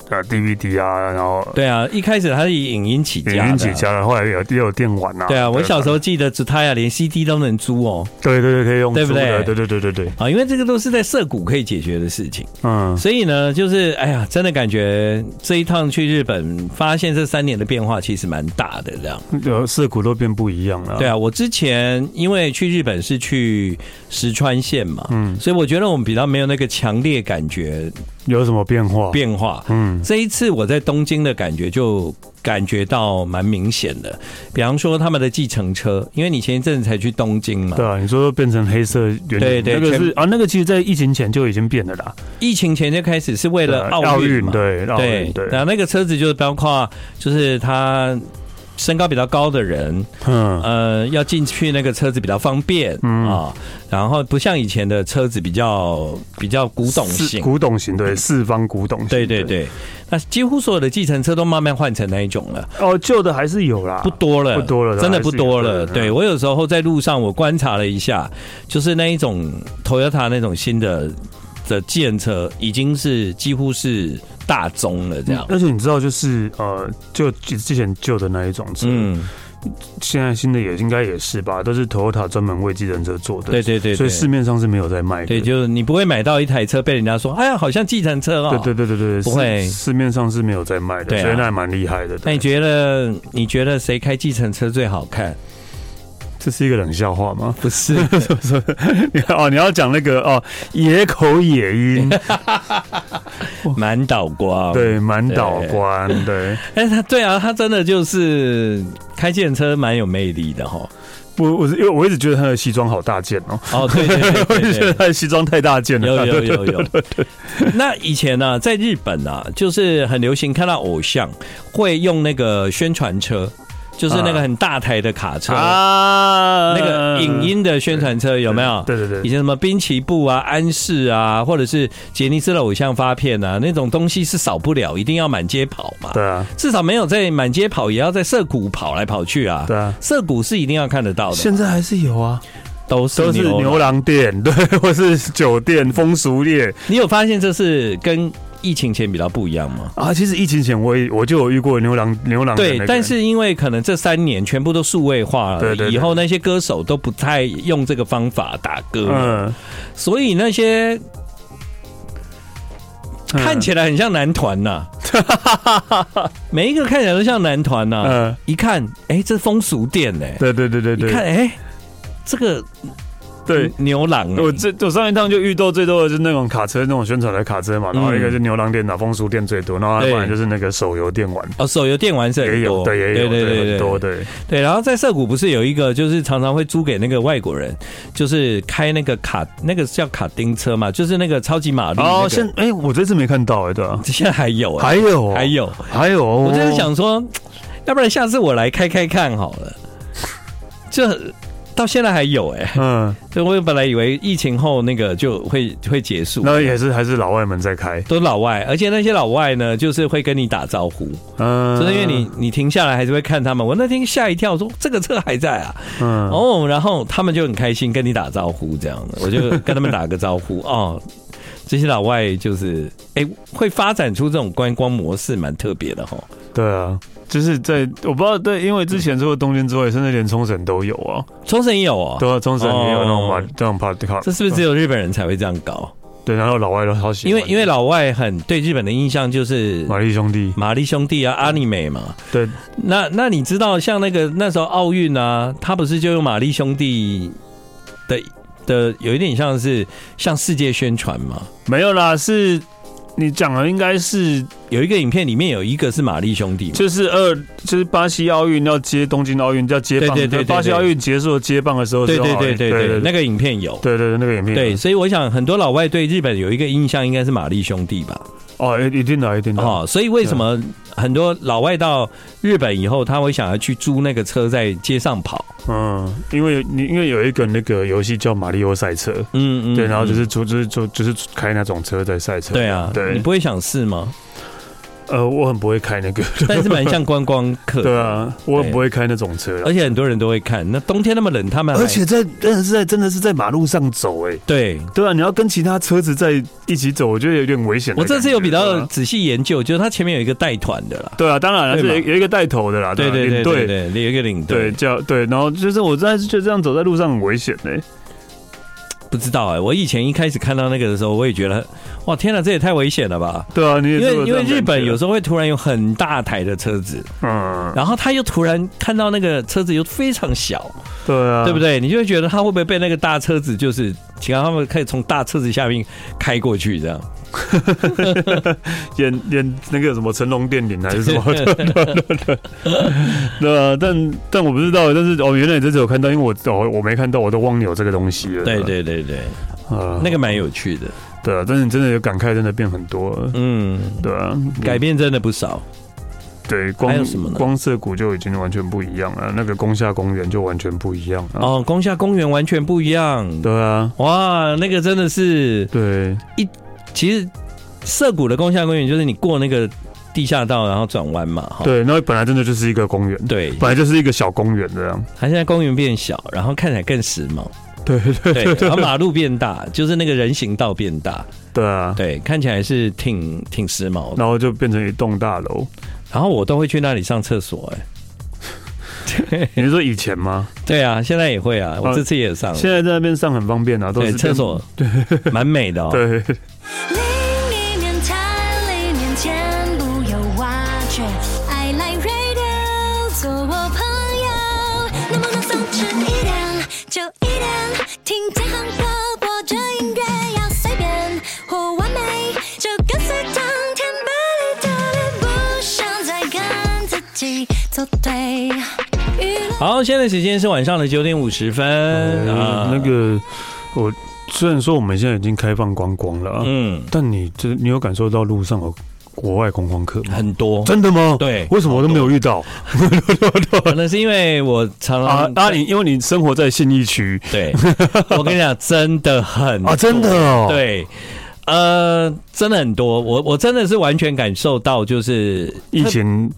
Speaker 3: 呃 DVD 啊，然后
Speaker 2: 对啊，一开始它是以影音起家
Speaker 3: 影
Speaker 2: 的啊，
Speaker 3: 音起家的，后来也有也有电玩啊。
Speaker 2: 对啊，我小时
Speaker 3: 候
Speaker 2: 候记得吉他呀，连 CD 都能租哦
Speaker 3: 对对对可以用
Speaker 2: 对不
Speaker 3: 租的
Speaker 2: 对
Speaker 3: 对对对对对，
Speaker 2: 啊，因为这个都是在涩谷可以解决的事情。
Speaker 3: 嗯，
Speaker 2: 所以呢，就是哎呀，真的感觉这一趟去日本，发现这三年的变化其实蛮大的，这样。
Speaker 3: 有涩谷都变不一样了。
Speaker 2: 对啊，我之前因为去日本是去石川县嘛，嗯，所以我觉得我们比较没有那个强烈感觉
Speaker 3: 有什么变化？
Speaker 2: 变化。
Speaker 3: 嗯
Speaker 2: 这一次我在东京的感觉就感觉到蛮明显的，比方说他们的计程车，因为你前一阵子才去东京嘛
Speaker 3: 对，啊，你说变成黑色圆顶，
Speaker 2: 对对
Speaker 3: 那个是
Speaker 2: 全
Speaker 3: 啊，那个其实，在疫情前就已经变了啦。
Speaker 2: 疫情前就开始是为
Speaker 3: 对
Speaker 2: 了
Speaker 3: 啊
Speaker 2: 奥运嘛，
Speaker 3: 对奥运对，
Speaker 2: 然后那个车子就是包括就是他身高比较高的人，
Speaker 3: 嗯
Speaker 2: 呃，要进去那个车子比较方便啊、然后不像以前的车子比较比较古董
Speaker 3: 是
Speaker 2: 型，嗯
Speaker 3: 古董型，对，四方古董型，
Speaker 2: 对对。对，那几乎所有的计程车都慢慢换成那一种了，
Speaker 3: 哦，旧的还是有啦，
Speaker 2: 不多了，
Speaker 3: 不多了，
Speaker 2: 真的不多了。
Speaker 3: 还是有嗯
Speaker 2: 对，我有时候在路上我观察了一下，就是那一种 Toyota 那种新的的计程车，已经是几乎是大宗了这样。
Speaker 3: 而且你知道，就是呃，就之前旧的那一种车，
Speaker 2: 嗯，
Speaker 3: 现在新的也应该也是吧，都是 Toyota 专门为计程车做的，
Speaker 2: 对对对
Speaker 3: 所
Speaker 2: 对
Speaker 3: 以。市面上是没有在卖的。
Speaker 2: 对，就是你不会买到一台车被人家说，哎呀，好像计程车哦。
Speaker 3: 对对对对对，
Speaker 2: 不会
Speaker 3: 市市面上是没有在卖的，
Speaker 2: 对啊
Speaker 3: 所以那还蛮厉害的。
Speaker 2: 那
Speaker 3: 对
Speaker 2: 你觉得你觉得谁开计程车最好看？
Speaker 3: 这是一个冷笑话 吗？
Speaker 2: 不是，
Speaker 3: 你 哦，你要讲那个哦，野口 野樱，
Speaker 2: 满岛光。
Speaker 3: 对，满岛关，对，
Speaker 2: 哎、他对啊，他真的就是开计程车蛮有魅力的哈。
Speaker 3: 我我是因为我一直觉得他的西装好大件哦，
Speaker 2: 哦，对对对
Speaker 3: 我
Speaker 2: 对
Speaker 3: 一直觉
Speaker 2: 对
Speaker 3: 得他的西装太大件了，
Speaker 2: 有有
Speaker 3: 对
Speaker 2: 有有， 那以前呢、在日本啊，就是很流行看到偶像会用那个宣传车，就是那个很大台的卡车，
Speaker 3: 啊
Speaker 2: 那个影音的宣传车有没有？
Speaker 3: 对对对
Speaker 2: 以前什么滨崎步啊、安室啊，或者是杰尼斯的偶像发片啊，那种东西是少不了，一定要满街跑嘛。
Speaker 3: 对啊，
Speaker 2: 至少没有在满街跑，也要在涩谷跑来跑去啊。
Speaker 3: 对啊
Speaker 2: 涩谷是一定要看得到的，
Speaker 3: 现在还是有啊，
Speaker 2: 都是
Speaker 3: 都是牛
Speaker 2: 了。
Speaker 3: 郎店，对， 或是酒店风俗店
Speaker 2: 你有发现这是跟疫情前比较不一样吗？
Speaker 3: 啊。其实疫情前我也我就有遇过牛郎牛郎的那
Speaker 2: 对
Speaker 3: 个，
Speaker 2: 但是因为可能这三年全部都数位化了，
Speaker 3: 对对对
Speaker 2: 以后那些歌手都不太用这个方法打歌了，
Speaker 3: 嗯，
Speaker 2: 所以那些
Speaker 3: 嗯
Speaker 2: 看起来很像男团 呐、每一个看起来都像男团呐、
Speaker 3: 嗯
Speaker 2: 一看，哎、这风俗店呢、
Speaker 3: 对对对对
Speaker 2: 一看，
Speaker 3: 对
Speaker 2: 哎、这个
Speaker 3: 对。
Speaker 2: 牛郎、欸，
Speaker 3: 我这我上一趟就遇到最多的就是那种卡车，那种宣传的卡车嘛，然后
Speaker 2: 嗯
Speaker 3: 一个是牛郎店打风俗店最多，然后
Speaker 2: 对
Speaker 3: 不然就是那个手游电玩
Speaker 2: 哦，手游电玩是
Speaker 3: 也
Speaker 2: 很
Speaker 3: 有，
Speaker 2: 多，
Speaker 3: 对也有，
Speaker 2: 对对
Speaker 3: 很
Speaker 2: 对
Speaker 3: 多
Speaker 2: 对
Speaker 3: 对，
Speaker 2: 对。然后在涩谷不是有一个，就是常常会租给那个外国人，就是开那个卡，那个叫卡丁车嘛，就是那个超级马力、那个。
Speaker 3: 哦，现哎我这次没看到哎，对啊，
Speaker 2: 现在还有、欸，
Speaker 3: 还有哦
Speaker 2: 还有，
Speaker 3: 还有哦，
Speaker 2: 我就在想说，要不然下次我来开开看好了。就到现在还有哎、
Speaker 3: 嗯，
Speaker 2: 就我本来以为疫情后那个就会会结束，
Speaker 3: 那也是还是老外们在开，
Speaker 2: 都老外，而且那些老外呢，就是会跟你打招呼，
Speaker 3: 嗯，
Speaker 2: 就是因为你你停下来还是会看他们。我那天吓一跳，说这个车还在啊，
Speaker 3: 嗯
Speaker 2: 哦，然后他们就很开心跟你打招呼，这样的，我 就跟他们打个招呼哦。这些老外就是，哎、会发展出这种观光模式，蛮特别的哈。
Speaker 3: 对啊，就是在我不知道对，因为之前除了东京之外，甚至连冲绳都有啊，
Speaker 2: 冲绳也有哦，
Speaker 3: 对啊，冲绳也有那种嘛
Speaker 2: 哦，
Speaker 3: 这种 party car，
Speaker 2: 这是不是只
Speaker 3: 嗯
Speaker 2: 有日本人才会这样搞？
Speaker 3: 对？然后老外都好喜欢，
Speaker 2: 因为因为老外很对日本的印象就是
Speaker 3: 玛丽兄弟，
Speaker 2: 玛丽兄弟啊、阿尼美嘛。
Speaker 3: 对
Speaker 2: 那那你知道像那个那时候奥运啊，他不是就用玛丽兄弟的的有一点像是向世界宣传嘛？
Speaker 3: 没有啦，是你讲的应该是
Speaker 2: 有一个影片里面有一个是玛丽兄弟嘛，
Speaker 3: 就是二，就是巴西奥运要接东京奥运要接棒，
Speaker 2: 对对对对对
Speaker 3: 巴西奥运结束接棒的时候是
Speaker 2: 对
Speaker 3: 奥
Speaker 2: 对
Speaker 3: 运，
Speaker 2: 对对对，那
Speaker 3: 对
Speaker 2: 个影片有。
Speaker 3: 对对那个影片，
Speaker 2: 对，所以我想很多老外对日本有一个印象，应该是玛丽兄弟吧？
Speaker 3: 哦，一定的，一定的，
Speaker 2: 哦，所以为什么很多老外到日本以后，他会想要去租那个车在街上跑？
Speaker 3: 嗯，因为你因为有一个那个游戏叫马里奥赛车，
Speaker 2: 嗯嗯，
Speaker 3: 对，然后就
Speaker 2: 嗯
Speaker 3: 是出就是就就是开那种车在赛车，
Speaker 2: 对啊，
Speaker 3: 对
Speaker 2: 你不会想试吗？
Speaker 3: 呃，我很不会开那个，
Speaker 2: 但是蛮像观光客，
Speaker 3: 对，啊，我很不会开那种车啦，
Speaker 2: 而且很多人都会看。那冬天那么冷，他们还
Speaker 3: 而且在真的是在真的是在马路上走，哎，
Speaker 2: 对
Speaker 3: 对啊，你要跟其他车子在一起走，我觉得有点危险的
Speaker 2: 我
Speaker 3: 感觉。
Speaker 2: 这次有比
Speaker 3: 对
Speaker 2: 较
Speaker 3: 啊
Speaker 2: 仔细研究，就是他前面有一个带团的啦，
Speaker 3: 对啊，当然了，
Speaker 2: 对
Speaker 3: 是
Speaker 2: 嘛
Speaker 3: 有有一个带头的啦，
Speaker 2: 对
Speaker 3: 吧
Speaker 2: 对对
Speaker 3: 啊领
Speaker 2: 对
Speaker 3: 队
Speaker 2: 对，对有一个领
Speaker 3: 对
Speaker 2: 队，
Speaker 3: 叫对，然后就是我真的是觉得这样走在路上很危险欸呢、
Speaker 2: 不知道哎、我以前一开始看到那个的时候，我也觉得哇，天哪，这也太危险了吧！
Speaker 3: 对啊，你也
Speaker 2: 因为
Speaker 3: 是有这
Speaker 2: 因为
Speaker 3: 种
Speaker 2: 日本有
Speaker 3: 感
Speaker 2: 时候会突然有很大台的车子，
Speaker 3: 觉嗯，
Speaker 2: 然后他又突然看到那个车子又非常小，
Speaker 3: 对啊，
Speaker 2: 对不？对？你就会觉得他会不会被那个大车子就是，请他们可以从大车子下面开过去这样？
Speaker 3: 演演那个什么成龙电影还是什么？啊对对对对 对啊，但但我不知道，但是哦，原来你这次有看到，因为我哦我没看到，我都忘了有这个东西了。
Speaker 2: 对对对对，
Speaker 3: 啊，
Speaker 2: 那个蛮有趣的，
Speaker 3: 对啊，但是你真的有感慨，真的变很多了。
Speaker 2: 嗯，
Speaker 3: 对啊，
Speaker 2: 改变真的不少。
Speaker 3: 对光
Speaker 2: 还有什么呢
Speaker 3: 光涩谷就已经完全不一样了，那个宫下公园就完全不一样了。
Speaker 2: 哦，宫下公园完全不一样，
Speaker 3: 对啊，
Speaker 2: 哇，那个真的是，
Speaker 3: 对，
Speaker 2: 其实涩谷的宫下公园就是你过那个地下道，然后转弯嘛，哈，
Speaker 3: 对，那本来真的就是一个公园，
Speaker 2: 哦对，
Speaker 3: 本来就是一个小公园这样。
Speaker 2: 它现在公园变小，然后看起来更时髦，
Speaker 3: 对 对
Speaker 2: 对，然后马路变大，就是那个人行道变大，
Speaker 3: 对啊，
Speaker 2: 对，看起来是挺挺时髦的。
Speaker 3: 然后就变成一栋大楼。
Speaker 2: 然后我都会去那里上厕所、哎，
Speaker 3: 你是说以前吗？
Speaker 2: 对啊，现在也会啊，我这次也上了，
Speaker 3: 现在在那边上很方便啊，都
Speaker 2: 对，
Speaker 3: 是
Speaker 2: 厕所蛮美的哦。
Speaker 3: 变。对，
Speaker 4: 另一面谈，另一面见，不由挖掘。I like radio，做我朋友，能不能松弛一点，就一点？听健康广播，这音乐要随便或完美，就跟随当天把你的脸，不想再跟自己作对。娱乐
Speaker 2: 好，现在时间是晚上的九点五十分啊
Speaker 3: 呃，那个我虽然说我们现在已经开放观光了啊，
Speaker 2: 嗯，
Speaker 3: 但你这你有感受到路上有国外观光客吗？
Speaker 2: 很多，
Speaker 3: 真的吗？
Speaker 2: 对
Speaker 3: 为什么我都没有遇到
Speaker 2: 可能是因为我常
Speaker 3: 啊
Speaker 2: 常？
Speaker 3: 啊，你因为你生活在信义区
Speaker 2: 对，我跟你讲，真的很
Speaker 3: 啊，真的哦，，
Speaker 2: 嗯对。呃，真的很多，我我真的是完全感受到，就是
Speaker 3: 疫情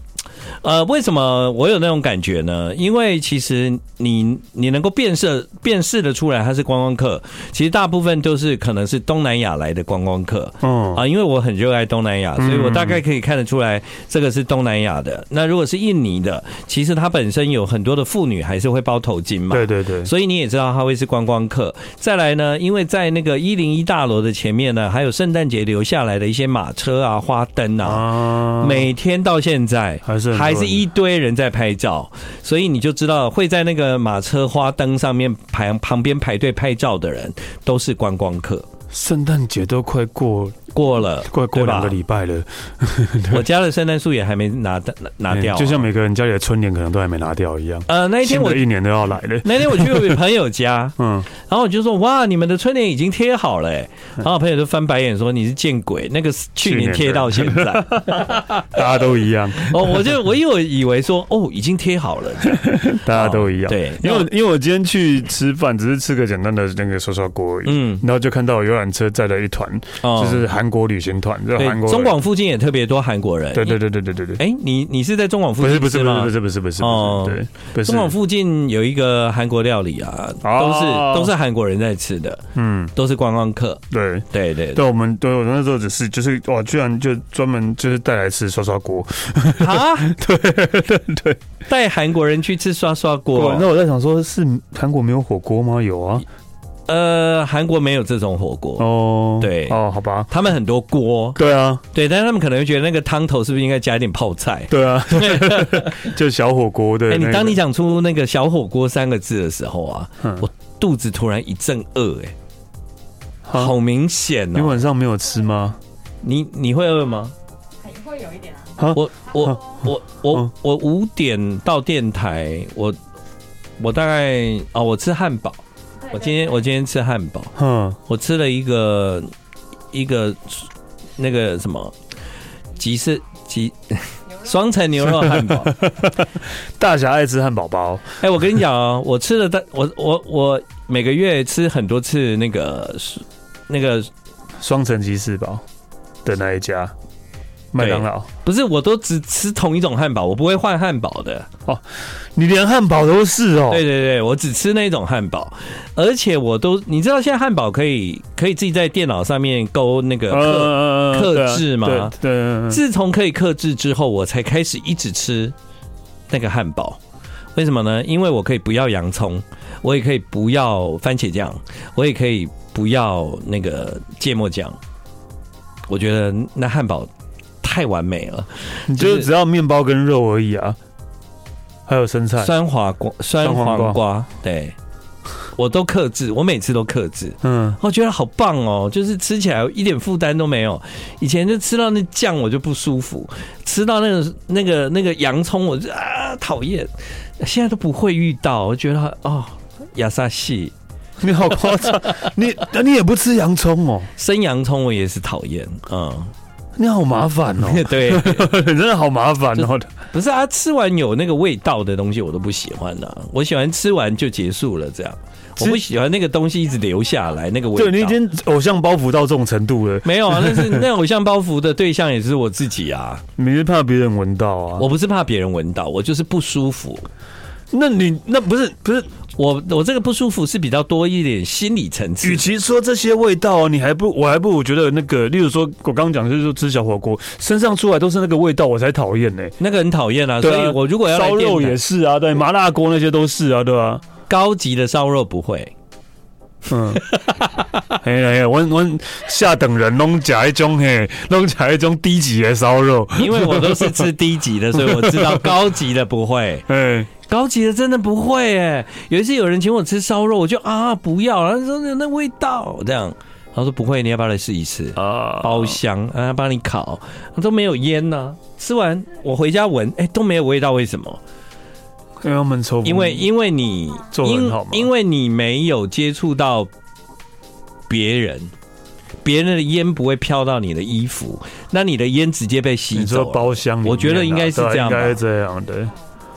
Speaker 2: 呃，为什么我有那种感觉呢？因为其实你你能够辨识辨识的出来他是观光客，其实大部分都是可能是东南亚来的观光客。
Speaker 3: 嗯
Speaker 2: 啊，因为我很热爱东南亚，所以我大概可以看得出来，这个是东南亚的。那如果是印尼的，其实它本身有很多的妇女还是会包头巾嘛，
Speaker 3: 对对对，
Speaker 2: 所以你也知道他会是观光客。再来呢，因为在那个一零一大楼的前面呢，还有圣诞节留下来的一些马车啊、花灯啊，
Speaker 3: 啊，
Speaker 2: 每天到现在
Speaker 3: 还是很多
Speaker 2: 还
Speaker 3: 人
Speaker 2: 是一堆人在拍照，所以你就知道会在那个马车花灯上面排旁边排队拍照的人都是观光客。
Speaker 3: 圣诞节都快过
Speaker 2: 过了，
Speaker 3: 快过
Speaker 2: 对吧
Speaker 3: 两个礼拜了，
Speaker 2: 我家的圣诞树也还没拿的拿掉啊、
Speaker 3: 嗯就像每个人家里的春联可能都还没拿掉一样，
Speaker 2: 呃那一天
Speaker 3: 新
Speaker 2: 我
Speaker 3: 的一年都要来了。
Speaker 2: 那天我去我朋友家，
Speaker 3: 嗯，
Speaker 2: 然后我就说：“哇，你们的春联已经贴好了、欸。”然后我朋友就翻白眼说：“你是见鬼！那个是去年贴到现在。
Speaker 3: 大家都一样，”
Speaker 2: 哦，我就我又以为说：“哦，已经贴好 了。这样
Speaker 3: 大家都一样。
Speaker 2: 哦对
Speaker 3: 因为我因为我今天去吃饭，只是吃个简单的那个涮涮锅而已，
Speaker 2: 嗯
Speaker 3: 嗯，然后就看到游览车载了一团，
Speaker 2: 哦
Speaker 3: 就是韩国旅行团，就”
Speaker 2: 对
Speaker 3: 韩，国
Speaker 2: 中广附近也特别多韩国人。
Speaker 3: 对对对对对对对，
Speaker 2: 哎、你你是在中广附
Speaker 3: 不
Speaker 2: 近
Speaker 3: 是不是
Speaker 2: 吃
Speaker 3: 不
Speaker 2: 吗？
Speaker 3: 是不是不是不是
Speaker 2: 哦
Speaker 3: 不是，对，不
Speaker 2: 中广
Speaker 3: 是，
Speaker 2: 附近有一个韩国料理啊，都是、
Speaker 3: 哦
Speaker 2: 都是韩国人在吃的，
Speaker 3: 嗯，
Speaker 2: 都是观光客。
Speaker 3: 对。
Speaker 2: 对对
Speaker 3: 对，我们对我那时候只是就是哇，居然就专门就是带来吃涮涮锅，
Speaker 2: 对，啊，对对对，带韩国人去吃刷刷锅
Speaker 3: 哇， 那我在想说，是韩国没有火锅吗？有啊，
Speaker 2: 呃，韩国没有这种火锅，
Speaker 3: 哦，
Speaker 2: 对
Speaker 3: 哦，好吧，
Speaker 2: 他们很多锅，
Speaker 3: 对啊，
Speaker 2: 对，但是他们可能会觉得那个汤头是不是应该加一点泡菜？
Speaker 3: 对啊， 就小火锅对。
Speaker 2: 哎、你
Speaker 3: 那个
Speaker 2: 当你讲出那个小火锅三个字的时候啊，
Speaker 3: 嗯
Speaker 2: 我肚子突然一阵饿、哎，
Speaker 3: 啊
Speaker 2: 好明显
Speaker 3: 你
Speaker 2: 哦、
Speaker 3: 晚上没有吃吗？
Speaker 2: 你你会饿吗？
Speaker 6: 会有一点啊，
Speaker 2: 我我我我
Speaker 3: 嗯
Speaker 2: 我五点到电台，我我大概哦，我吃汉堡。我今天我今天吃汉堡，
Speaker 3: 哼，
Speaker 2: 我吃了一个一个那个什么吉士吉双层牛肉汉堡。
Speaker 3: 大侠爱吃汉堡包，
Speaker 2: 哎、我跟你讲哦，我吃了大我我我每个月吃很多次那个那个
Speaker 3: 双层鸡翅堡的那一家麦当劳，
Speaker 2: 不是，我都只吃同一种汉堡，我不会换汉堡的。
Speaker 3: 你连汉堡都是哦。
Speaker 2: 对对对，我只吃那种汉堡，而且我都你知道现在汉堡可以可以自己在电脑上面勾那个克。
Speaker 3: 呃
Speaker 2: 克
Speaker 3: 对啊
Speaker 2: 制吗
Speaker 3: 对对对，对
Speaker 2: 自从可以克制之后，我才开始一直吃那个汉堡。为什么呢？因为我可以不要洋葱，我也可以不要番茄酱，我也可以不要那个芥末酱。我觉得那汉堡太完美了，
Speaker 3: 你就只要面包跟肉而已啊，还有生菜，
Speaker 2: 酸黄瓜，酸
Speaker 3: 黄
Speaker 2: 黄
Speaker 3: 瓜
Speaker 2: 瓜，对我都克制，我每次都克制。
Speaker 3: 嗯，
Speaker 2: 我觉得好棒哦，就是吃起来一点负担都没有。以前就吃到那酱我就不舒服，吃到那个那个那个洋葱我就啊讨厌，现在都不会遇到，我觉得哦，亚萨系
Speaker 3: 你好夸张，你你也不吃洋葱哦，
Speaker 2: 生洋葱我也是讨厌，嗯，
Speaker 3: 你好麻烦哦，
Speaker 2: 对，
Speaker 3: 你真的好麻烦哦，
Speaker 2: 不是啊，吃完有那个味道的东西我都不喜欢的、我喜欢吃完就结束了这样，我不喜欢那个东西一直留下来那个味道。
Speaker 3: 对你已经偶像包袱到这种程度了，
Speaker 2: 没有啊，但是那偶像包袱的对象也是我自己啊。
Speaker 3: 你是怕别人闻到啊？
Speaker 2: 我不是怕别人闻到，我就是不舒服。
Speaker 3: 那你那不是不是，
Speaker 2: 我我这个不舒服是比较多一点心理层次
Speaker 3: 与。其说这些味道，你还不我还不如觉得那个，例如说我刚刚讲就是说吃小火锅，身上出来都是那个味道，我才讨厌呢。
Speaker 2: 那个很讨厌啊，所
Speaker 3: 对啊
Speaker 2: 以我如果要来
Speaker 3: 烧
Speaker 2: 电
Speaker 3: 肉
Speaker 2: 台嗯
Speaker 3: 也是啊，对，麻辣锅那些都是啊，对吧、
Speaker 2: 高级的烧肉不 会，
Speaker 3: 嗯，哎呀，我我下等人拢食一种嘿，拢食一种低级的烧肉，
Speaker 2: 因为我都是吃低级的，所以我知 道高级的不会，
Speaker 3: 哎，
Speaker 2: 高级的真的不会哎。有一次有人请我吃烧肉，我就啊不要，他说那那味道这样，他说不会，你要不要来试一次？
Speaker 3: 啊，
Speaker 2: 包厢啊，帮你烤，都没有烟呢、吃完我回家闻，哎、都没有味道，为什么？
Speaker 3: 因为他们抽风，
Speaker 2: 因为因为你
Speaker 3: 嗯做得很好吗
Speaker 2: 因因为你没有接触到别人，别人的烟不会飘到你的衣服，那你的烟直接被吸
Speaker 3: 你说
Speaker 2: 走了。
Speaker 3: 包厢里面啊，
Speaker 2: 我觉得应该是
Speaker 3: 对啊
Speaker 2: 这样吧
Speaker 3: 应该是这样的。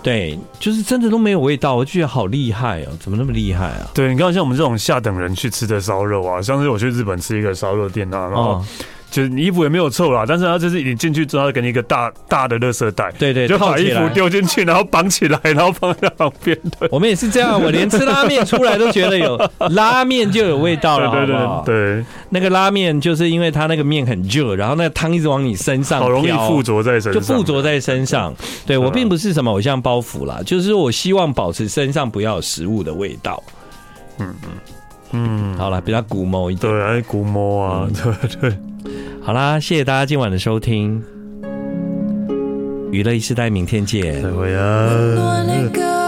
Speaker 2: 对，就是真的都没有味道，我就觉得好厉害哦，怎么那么厉害啊？
Speaker 3: 对，你看像我们这种下等人去吃的烧肉啊，上次我去日本吃一个烧肉店啊，然后
Speaker 2: 哦，
Speaker 3: 就是你衣服也没有臭啦，但是它就是你进去之后，它给你一个大大的垃圾袋，
Speaker 2: 对对，
Speaker 3: 就
Speaker 2: 套
Speaker 3: 把
Speaker 2: 起
Speaker 3: 衣服
Speaker 2: 来。
Speaker 3: 丢进去，然后绑起来，然后放在旁边。对
Speaker 2: 我们也是这样，我连吃拉面出来都觉得 有拉面就有味道了，
Speaker 3: 对
Speaker 2: 好不
Speaker 3: 对
Speaker 2: 好？
Speaker 3: 对，
Speaker 2: 那个拉面就是因为它那个面很热，然后那个汤一直往你身上
Speaker 3: 好容易
Speaker 2: 飘
Speaker 3: 附着在身
Speaker 2: 就
Speaker 3: 上，啊
Speaker 2: 附着在身上。对我并不是什么偶像包袱啦，就是我希望保持身上不要有食物的味道。
Speaker 3: 嗯，
Speaker 2: 好啦，比较古某一点。
Speaker 3: 对，还估摸啊，对对。
Speaker 2: 好啦，谢谢大家今晚的收听，娱乐一时代，明天见。
Speaker 3: 对呀。
Speaker 5: 暖那个